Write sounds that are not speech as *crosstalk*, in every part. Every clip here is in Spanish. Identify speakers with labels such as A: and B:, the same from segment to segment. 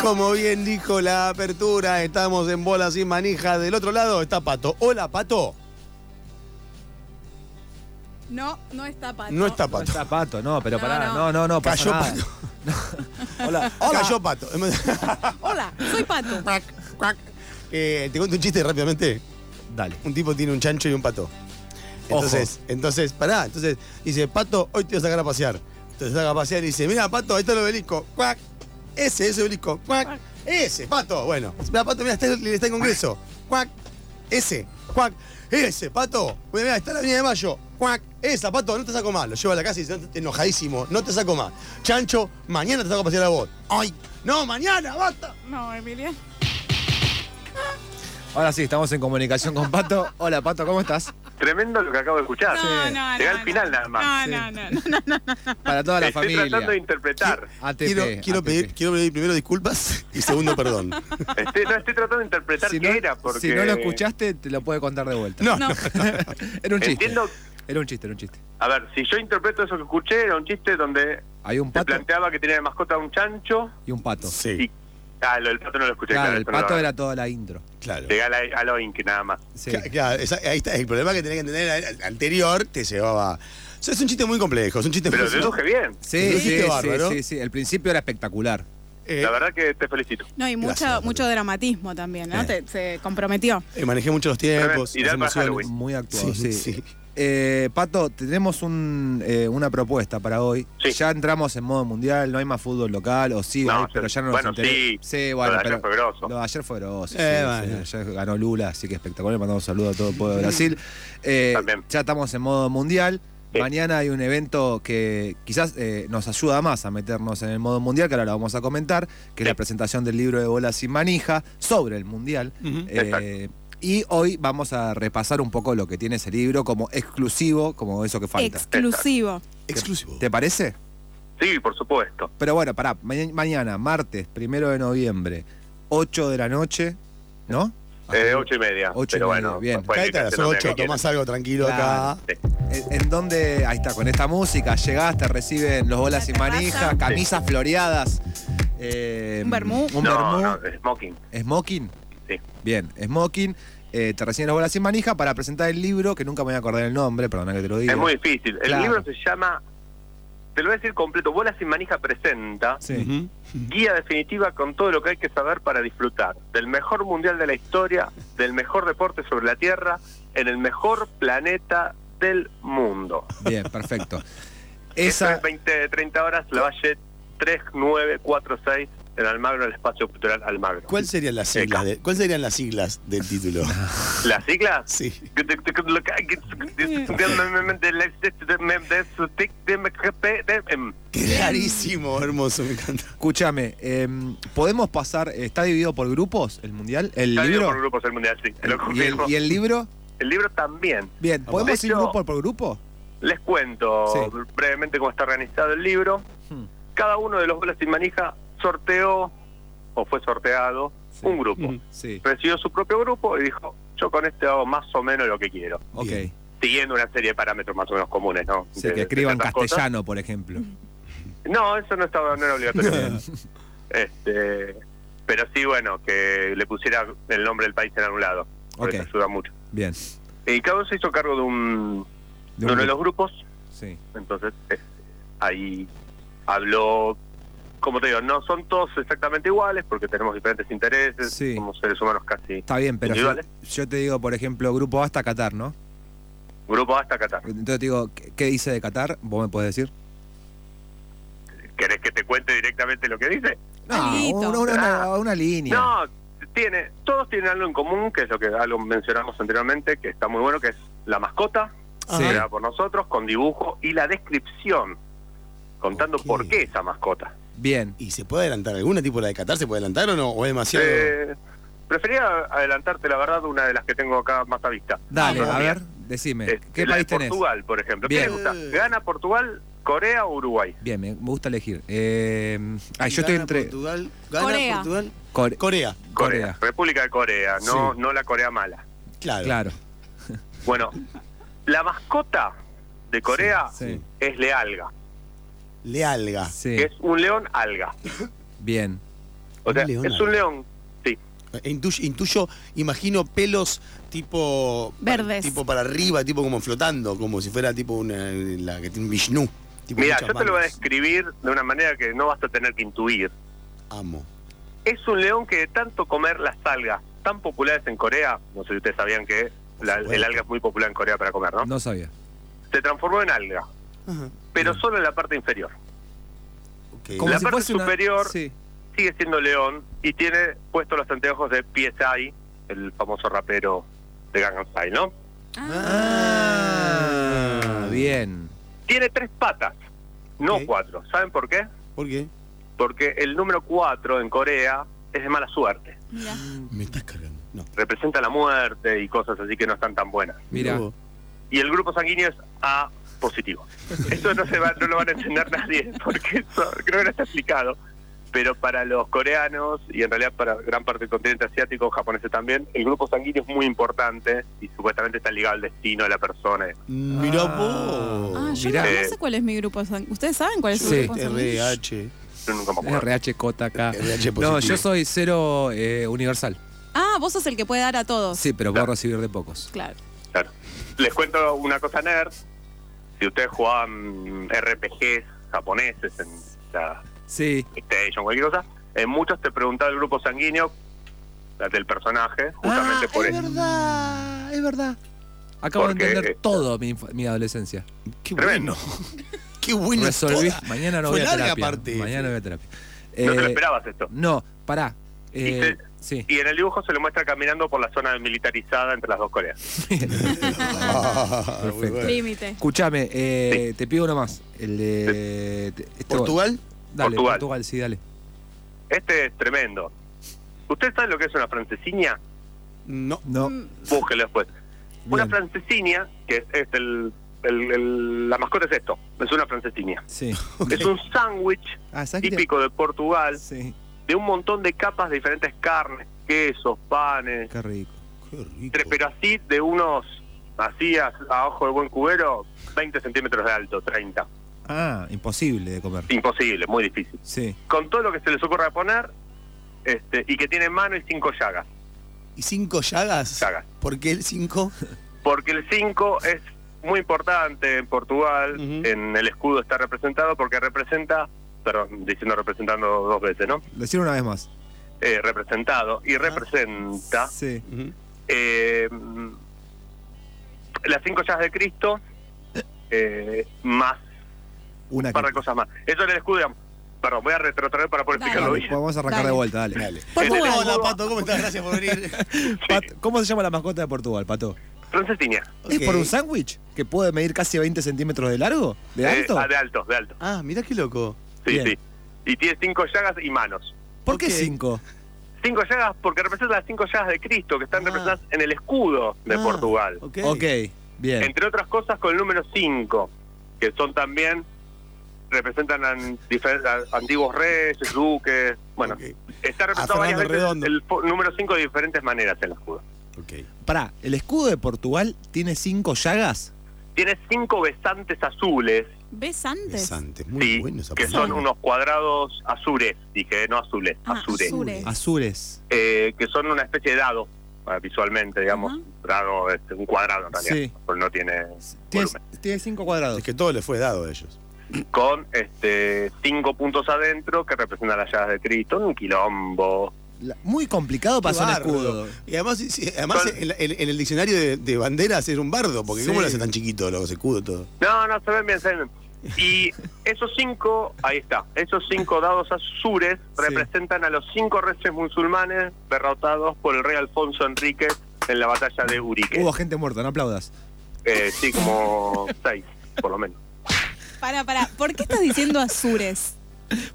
A: Como bien dijo la apertura, estamos en bola sin manija. Del otro lado está Pato. Hola, Pato.
B: No, no está pato.
A: No está
C: No
A: Pato.
C: está pato, no, pero
B: No,
C: pará,
B: no.
C: no, no, no, pasa
A: Cayó
C: nada.
A: Pato.
C: Hola,
A: *laughs* Cayó Pato.
B: Hola, soy pato.
A: Cuac, cuac. Eh, Te cuento un chiste rápidamente.
C: dale.
A: Un tipo tiene un chancho y un pato. Entonces, entonces, pará, entonces dice, Pato, hoy te voy a sacar a pasear. Entonces saca a pasear y dice, mira, Pato, ahí está el obelisco. Cuac. Ese, ese obelisco. Cuac. Ese, Pato. Bueno, mira, Pato, mira, está, está en Congreso. Cuac. Ese. Cuac. Ese, Pato. Mira, está la avenida de Mayo. Cuac. Esa, Pato, no te saco más. Lo lleva a la casa y dice, enojadísimo, no te saco más. Chancho, mañana te saco a pasear a vos. Ay, no, mañana, basta.
B: No, Emiliano.
C: Ahora sí, estamos en comunicación con Pato. Hola, Pato, ¿cómo estás?
D: Tremendo lo que acabo de escuchar.
B: No, no,
D: Llega
B: no,
D: al final
B: no.
D: nada más.
B: No, no, no. no.
C: Para toda la
D: Estoy
C: familia.
D: tratando de interpretar.
C: ATP,
A: quiero, quiero
C: ATP.
A: pedir, quiero pedir primero disculpas y segundo perdón.
D: Estoy, no, estoy tratando de interpretar
C: Si
D: qué
C: no,
D: era, porque.
C: si no lo escuchaste, te lo puede contar de vuelta.
A: No, *laughs*
B: No.
C: *laughs* era un chiste.
D: Entiendo.
C: Era un chiste, era un chiste.
D: A ver, si yo interpreto eso que escuché, era un chiste donde
C: Hay un
D: se
C: pato
D: planteaba que tenía de mascota un chancho.
C: y un pato.
A: Sí,
D: Y, ah, lo del pato no lo escuché.
C: Claro,
D: claro,
C: el
D: eso no
C: pato
D: lo-
C: era toda la intro.
A: claro.
D: Llegué a, la, a lo Inc, nada más.
C: Sí.
A: Cla- claro, esa- ahí está. El problema que tenés que entender al- anterior te llevaba. O sea, es un chiste muy complejo, es un chiste
D: Pero
A: muy-
D: deduje bien.
C: Sí, sí,
A: Sí,
C: sí,
A: bárbaro.
C: sí, sí. El principio era espectacular.
A: Eh,
D: La verdad que te felicito.
B: No, y mucho,
A: Gracias, Pato.
B: mucho dramatismo también, ¿no?
A: Eh.
B: Te- se comprometió.
A: eh, manejé mucho los tiempos.
D: Ideal
A: las
D: para
A: emociones.
C: Muy actuado,
A: Sí,
C: sí.
A: sí.
C: Eh, Pato, tenemos un, eh, una propuesta para hoy.
D: Sí.
C: Ya entramos en modo mundial, no hay más fútbol local, o sí,
D: No,
C: hay,
D: ya-
C: pero ya no
D: bueno,
C: nos interesa.
D: sí.
C: bueno,
D: Lo de
C: pero.
D: ayer fue grosso.
C: lo de ayer fue grosso.
A: Eh,
C: sí,
A: bueno.
C: sí, ayer ganó Lula, así que espectacular. Le mandamos un saludo a todo el pueblo de Brasil. Eh,
D: También.
C: ya estamos en modo mundial.
D: Sí.
C: Mañana hay un evento que quizás eh, nos ayuda más a meternos en el modo mundial, que ahora lo vamos a comentar, que es la
D: Sí.
C: presentación del libro de Bola sin manija sobre el mundial.
A: Ujú.
C: Eh, y hoy vamos a repasar un poco lo que tiene ese libro como exclusivo, como eso que falta.
B: Exclusivo.
A: Exclusivo.
C: ¿Te parece?
D: Sí, por supuesto.
C: Pero bueno, pará, ma- mañana, martes, primero de noviembre, 8 de la noche, ¿no?
D: Eh, ocho y media.
C: Ah, Ocho y
D: pero
C: media,
D: bueno,
C: bien.
D: pueden
A: Ahí está,
D: irse
A: son
D: donde
A: ocho,
D: quieran.
A: tomás algo tranquilo acá.
C: ¿En, en dónde? Ahí está, con esta música, llegás, te reciben los bolas
B: La
C: sin manija,
B: terraza.
C: camisas floreadas. eh,
B: Un vermú.
C: Un
D: No,
C: vermú.
D: no, smoking.
C: Smoking.
D: Sí.
C: Bien, Smoking. eh, te reciben los bolas sin manija para presentar el libro, que nunca me voy a acordar el nombre, perdona que te lo diga.
D: Es muy difícil. El
C: Claro.
D: libro se llama, te lo voy a decir completo, Bola sin manija presenta,
C: Sí.
A: Ujú.
D: guía definitiva con todo lo que hay que saber para disfrutar del mejor mundial de la historia, del mejor deporte sobre la Tierra, en el mejor planeta del mundo.
C: Bien,
D: *laughs*
C: perfecto.
D: Esa...
C: Esa,
D: 20, 30 horas, la Valle 3946, en Almagro, el espacio cultural Almagro.
A: ¿Cuál serían las siglas? de- ¿Cuál serían las siglas del
C: *laughs*
A: título?
D: ¿Las siglas?
A: Sí. Clarísimo, hermoso, me encanta.
C: Escúchame, em, ¿podemos pasar? ¿Está dividido por grupos el mundial? ¿El
D: Está dividido
C: libro?
D: por grupos el mundial, sí, te
C: ¿Y,
D: lo
C: el,
D: confirmo.
C: y el libro?
D: El libro también.
C: Bien, ¿podemos
D: De
C: ir
D: hecho-
C: grupo por grupo?
D: Les cuento
C: Sí.
D: brevemente cómo está organizado el libro.
C: Hmm.
D: Cada uno de los bolas sin manija sorteó, o fue sorteado,
C: Sí.
D: un grupo.
A: Mm.
C: Sí,
D: Recibió su propio grupo y dijo, yo con este hago más o menos lo que quiero.
C: ok.
A: Bien.
D: Siguiendo una serie de parámetros más o menos comunes, ¿no?
C: Sí,
D: De-
C: que
D: de
C: escriban
D: ciertas cosas.
C: castellano, por ejemplo.
D: No, eso no, estaba, no era obligatorio. *laughs* este, pero sí, bueno, que le pusiera el nombre del país en algún lado. Porque
C: Ok.
D: eso ayuda mucho.
C: Bien.
D: Y cada uno se hizo cargo de, un,
C: De
D: de uno
C: un
D: de los
C: grupo.
D: grupos.
C: Sí.
D: Entonces, eh, ahí habló, como te digo, no son todos exactamente iguales porque tenemos diferentes intereses,
C: Sí.
D: somos seres humanos casi.
C: Está bien, pero yo,
D: Individuales.
C: yo te digo, por ejemplo, grupo A hasta Qatar, ¿no?
D: Grupo hasta Qatar.
C: Entonces te digo, ¿qué, qué dice de Qatar? ¿Vos me podés decir?
D: ¿Querés que te cuente directamente lo que dice?
B: Alito.
C: una, una- una- una línea.
D: Ah. No, tiene, todos tienen algo en común, que es lo que algo mencionamos anteriormente, que está muy bueno, que es la mascota,
C: Sí.
A: Ah,
D: creada por nosotros, con dibujo y la descripción, contando
A: Ok.
D: por qué esa mascota.
C: Bien.
A: ¿Y se puede adelantar alguna tipo la de Qatar? ¿Se puede adelantar o no? ¿O es demasiado?
D: Eh, prefería adelantarte, la verdad, una de las que tengo acá más a vista.
C: Dale,
D: Pero
C: a
D: mira,
C: ver, decime.
D: Este,
C: Eh, ¿Qué
D: la de
C: país tenés?
D: Portugal, por ejemplo.
C: Bien.
D: ¿Qué le gusta? Gana Portugal ¿Corea o Uruguay?
C: Bien, me me gusta elegir. Eh, ay, yo estoy
A: Gana
C: entre
A: Portugal, gana
B: Corea.
A: Portugal.
C: Core-
A: Corea,
C: Corea.
D: República de Corea, no,
A: Sí.
D: no la Corea mala.
A: claro.
C: Claro.
D: Bueno, la mascota de Corea
C: Sí, sí.
D: es Lealga,
A: Le alga.
C: Sí.
D: que es un león alga.
C: Bien.
D: O
A: Un
D: sea,
A: león
D: es
A: alga.
D: un león, sí.
A: Intuyo, Eh, intuyo, imagino pelos tipo.
B: Verdes.
A: Tipo para arriba, tipo como flotando, como si fuera tipo una. La que tiene un Vishnu. tipo
D: Mira,
A: muchas
D: yo te lo voy a
A: manos.
D: describir de una manera que no vas a tener que intuir.
A: Amo.
D: Es un león que de tanto comer las algas tan populares en Corea, no sé si ustedes sabían que la- el
A: supuesto.
D: alga es muy popular en Corea para comer, ¿no?
C: No sabía.
D: Se transformó en alga,
A: Ajá.
D: pero solo en la parte inferior.
A: ok.
C: Como
D: Eh, La
C: si
D: parte
C: fuese una-
D: superior-
C: Sí.
D: Sigue siendo león y tiene puesto los anteojos de PSI, el famoso rapero de Gangnam Style, ¿no?
A: Ah.
C: Ah, bien.
D: Tiene tres patas, no
A: Ok.
D: cuatro. ¿Saben por qué?
A: ¿Por qué?
D: Porque el número cuatro en Corea es de mala suerte.
B: Mira.
A: Me estás cargando. No.
D: Representa la muerte y cosas así que no están tan buenas.
C: Mira.
A: No.
D: y el grupo sanguíneo es A positivo. Esto no se va, no lo van a entender nadie, *laughs* porque eso creo que no está explicado. Pero para los coreanos y en realidad para gran parte del continente asiático, japoneses también, el grupo sanguíneo es muy importante y supuestamente está ligado al destino de la persona.
A: Mirá vos.
B: Ah, yo
C: Mirá.
B: no, no sé cuál es mi grupo sanguíneo. ¿Ustedes saben cuál es su
C: Sí.
B: grupo sanguíneo?
A: RH.
D: Yo nunca me acuerdo.
C: RH Cota acá.
A: RH
C: No,
A: positivo.
C: yo soy cero eh, universal.
B: Ah, vos sos el que puede dar a todos.
C: Sí, pero puedo recibir de pocos.
B: Claro.
D: Claro. Les cuento una cosa nerd. Si ustedes jugaban RPGs japoneses en la
C: Sí.
D: PlayStation, cualquier cosa, en muchos te preguntaba el grupo sanguíneo del personaje, justamente por eso.
C: verdad, es verdad. Acabo
D: Porque-
C: de entender todo mi, inf- mi adolescencia.
A: Qué
D: Tremendo.
A: bueno. Qué bueno. es
C: Resolví.
A: toda.
C: Mañana no
A: Fue
C: voy a
A: larga
C: terapia.
A: aparte.
C: Mañana
A: *laughs*
C: no voy a terapia.
D: No te lo
C: Eh,
D: esperabas esto.
C: No, pará. Eh, sí.
D: Y en el dibujo se lo muestra caminando por la zona militarizada entre las dos Coreas.
A: Ah, muy
C: Perfecto.
A: bueno.
B: Límite.
C: *laughs* Escuchame, eh, te pido uno más. El de. te- este-
A: ¿Portugal?
C: Dale,
D: Portugal.
C: Portugal. sí, dale.
D: Este es tremendo. ¿Usted sabe lo que es una francesiña?
A: No.
C: No.
B: Mm.
D: Búsquelo después. Una
C: Bien.
D: francesiña, que es, es el, el- el- La mascota es esto: es una francesiña.
C: Sí.
D: Es un sándwich
C: *laughs* Ah, ¿sabes qué te-
D: típico de Portugal,
C: Sí.
D: de un montón de capas de diferentes carnes, quesos, panes,
C: Qué rico.
A: Qué rico.
D: tres, pero así de unos, así a, a ojo de buen cubero, 20 centímetros de alto, 30.
C: Ah, imposible de comer.
D: Imposible, muy difícil.
C: Sí.
D: con todo lo que se les ocurra poner este, y que tiene mano y cinco llagas.
A: ¿Y cinco llagas?
D: Llagas.
A: ¿Por qué el cinco?
D: Porque el 5 es muy importante en Portugal,
A: Ujú.
D: en el escudo está representado porque representa, perdón, diciendo representando dos veces, ¿no?
C: Decir una vez más.
D: Eh, representado y representa
C: Sí.
A: Ujú.
D: eh, las cinco llagas de Cristo eh, más
C: Una
D: un par de
C: que.
D: cosas más. Eso en el escudo, digamos, perdón, voy a retrotraer para poder
B: Dale.
D: explicarlo
C: Dale,
D: bien.
C: vamos a arrancar
B: Dale.
C: de vuelta, dale.
A: Dale.
B: Portugal.
A: Hola, Pato, ¿cómo estás? Gracias por *laughs* venir.
C: Pat- ¿Cómo se llama la mascota de Portugal, Pato?
D: Francesiña,
A: Ok.
C: ¿Es por un sándwich que puede medir casi 20 centímetros de largo? ¿De
D: eh,
C: alto?
D: ah, de alto, de alto.
A: Ah, mirá qué loco.
D: Sí,
C: Bien.
D: sí. Y tiene cinco llagas y manos.
C: ¿Por qué
A: ok.
C: 5?
D: Cinco llagas porque representan las cinco llagas de Cristo que están
A: Ah.
D: representadas en el escudo de
A: Ah,
D: Portugal.
A: Ok.
C: Ok, bien.
D: Entre otras cosas con el número 5, que son también, representan an- difer- a- antiguos reyes, duques. Bueno,
A: Ok.
D: está representado
A: A
D: varias
A: Fernando
D: veces
A: Redondo.
D: el po- número 5 de diferentes maneras en el escudo.
A: Ok.
C: Pará, ¿el escudo de Portugal tiene cinco llagas?
D: Tiene cinco besantes azules,
B: ¿Ves antes?
A: Interesante. Muy
D: sí,
A: bueno esa
D: que
A: palabra.
D: son unos cuadrados azules, dije, no azules,
B: Ah,
D: azules.
B: azures.
C: Azules.
D: eh, que son una especie de dado, ah, visualmente, digamos,
B: Ajá.
D: dado, este, un cuadrado en realidad,
C: Sí.
D: porque no tiene
C: Tiene,
D: volumen.
C: tiene cinco cuadrados.
A: Es que todo le fue dado a ellos.
D: Con este cinco puntos adentro que representan las llaves de Cristo, un quilombo.
C: La- muy complicado para
A: Qué
C: hacer un
A: bárbaro.
C: escudo.
A: Y además, sí, sí, además
D: Son-
A: en, la- en- en el diccionario de, de banderas era un bardo, porque
C: Sí.
A: ¿cómo lo hace tan chiquito los escudos todo?
D: No, no, se ven bien, se ven bien. Y esos cinco, ahí está, esos cinco dados azules representan a los cinco reyes musulmanes derrotados por el rey Alfonso Enríquez en la batalla de Urique.
C: Hubo gente muerta, no aplaudas.
D: Eh, sí, como seis, por lo menos.
B: Para, para. ¿Por qué estás diciendo azures?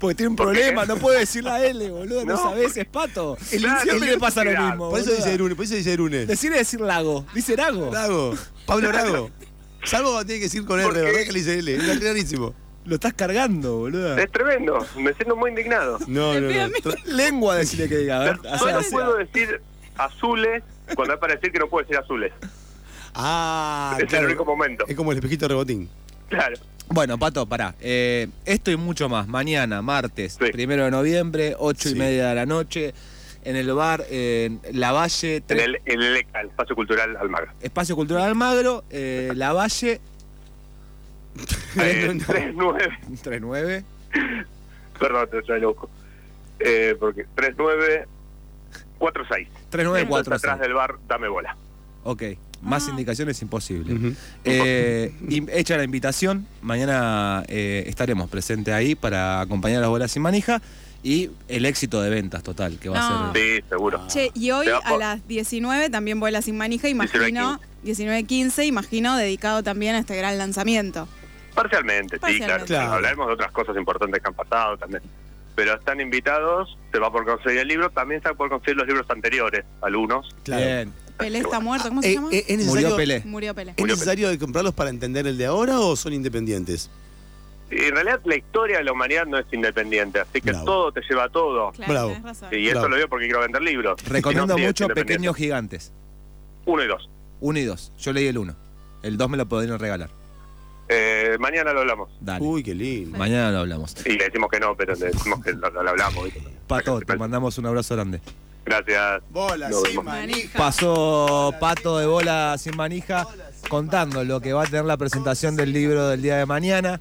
C: Porque tiene un
D: ¿Por qué?
C: problema, no puede decir la L, boludo. No,
D: No,
C: sabes, es pato.
D: El-
C: Siempre
D: el-
C: le pasa lo
D: Claro,
C: mismo.
A: Por eso
C: boluda.
A: dice Erune, por eso dice Erune.
C: Decir es decir lago. Dice lago.
D: *laughs*
A: Lago, Pablo Lago. Salvo cuando tiene que decir con R,
D: Porque-
A: ¿verdad que le dice L? Es rarísimo.
C: Lo estás cargando, boludo.
D: Es tremendo, me siento muy indignado.
A: No, no, no. Tra-
C: *laughs* Lengua decirle que diga, a ver. o sea,
D: Solo
C: o sea,
D: puedo decir azules cuando es para decir que no puedo decir azules.
A: Ah, Eh,
D: Es el único momento.
A: Es como el espejito rebotín.
D: Claro.
C: Bueno, Pato, pará. Eh, esto y mucho más. Mañana, martes,
D: Sí.
C: primero de noviembre, ocho
A: Sí.
C: y media de la noche, en el bar, en La Valle,
D: En
C: tres-
D: el, en el ECA, el Espacio Cultural Almagro.
C: Espacio Cultural Almagro, eh, La Valle
D: Eh, 39,
C: 39.
D: perdón, te estoy loco. Eh, porque 39, 46. Entonces,
C: 3946.
D: Atrás del bar, dame bola.
C: Ok, más
B: Ah.
C: indicaciones imposible. Eh, y hecha la invitación, mañana eh, estaremos presentes ahí para acompañar las bolas sin manija y el éxito de ventas total que va a
B: No.
C: ser.
D: Sí, seguro.
B: Ah. Che, y hoy
D: Te va
B: a
D: por-
B: las 19 también vuela sin manija, imagino, 19.15, imagino, dedicado también a este gran lanzamiento.
D: Parcialmente, sí, claro.
B: Parcialmente.
A: Claro.
D: Hablaremos de otras cosas importantes que han pasado también. Pero están invitados, se va por conseguir el libro, también se va por conseguir los libros anteriores, algunos.
A: Claro.
C: Bien.
B: Pelé está muerto, ¿cómo
A: Eh,
B: se llama?
A: eh, ¿Es necesario,
C: Murió Pelé.
B: Murió Pelé.
A: ¿Es necesario de comprarlos para entender el de ahora o son independientes?
D: Y en realidad la historia de la humanidad no es independiente, así que
A: Bravo.
D: todo te lleva a todo.
B: Claro,
A: Bravo.
B: tenés razón.
D: Y eso
A: Claro.
D: lo digo porque quiero vender libros. Si no,
C: Recomiendo
D: sí es
C: mucho
D: independiente.
C: Pequeños Gigantes,
D: Uno y dos.
C: uno y dos. Yo leí el uno. El dos me lo podrían regalar.
D: Eh, mañana lo hablamos.
C: Dale.
A: Uy, qué lindo.
C: Mañana lo hablamos.
D: Sí, le decimos que no, pero le decimos que lo, lo hablamos. ¿viste?
C: Pato, te mandamos un abrazo grande.
D: Gracias.
A: Bola,
D: Nos
A: sí,
D: vemos.
A: manija.
C: Pasó Pato de Bola Sin Manija contando lo que va a tener la presentación del libro del día de mañana.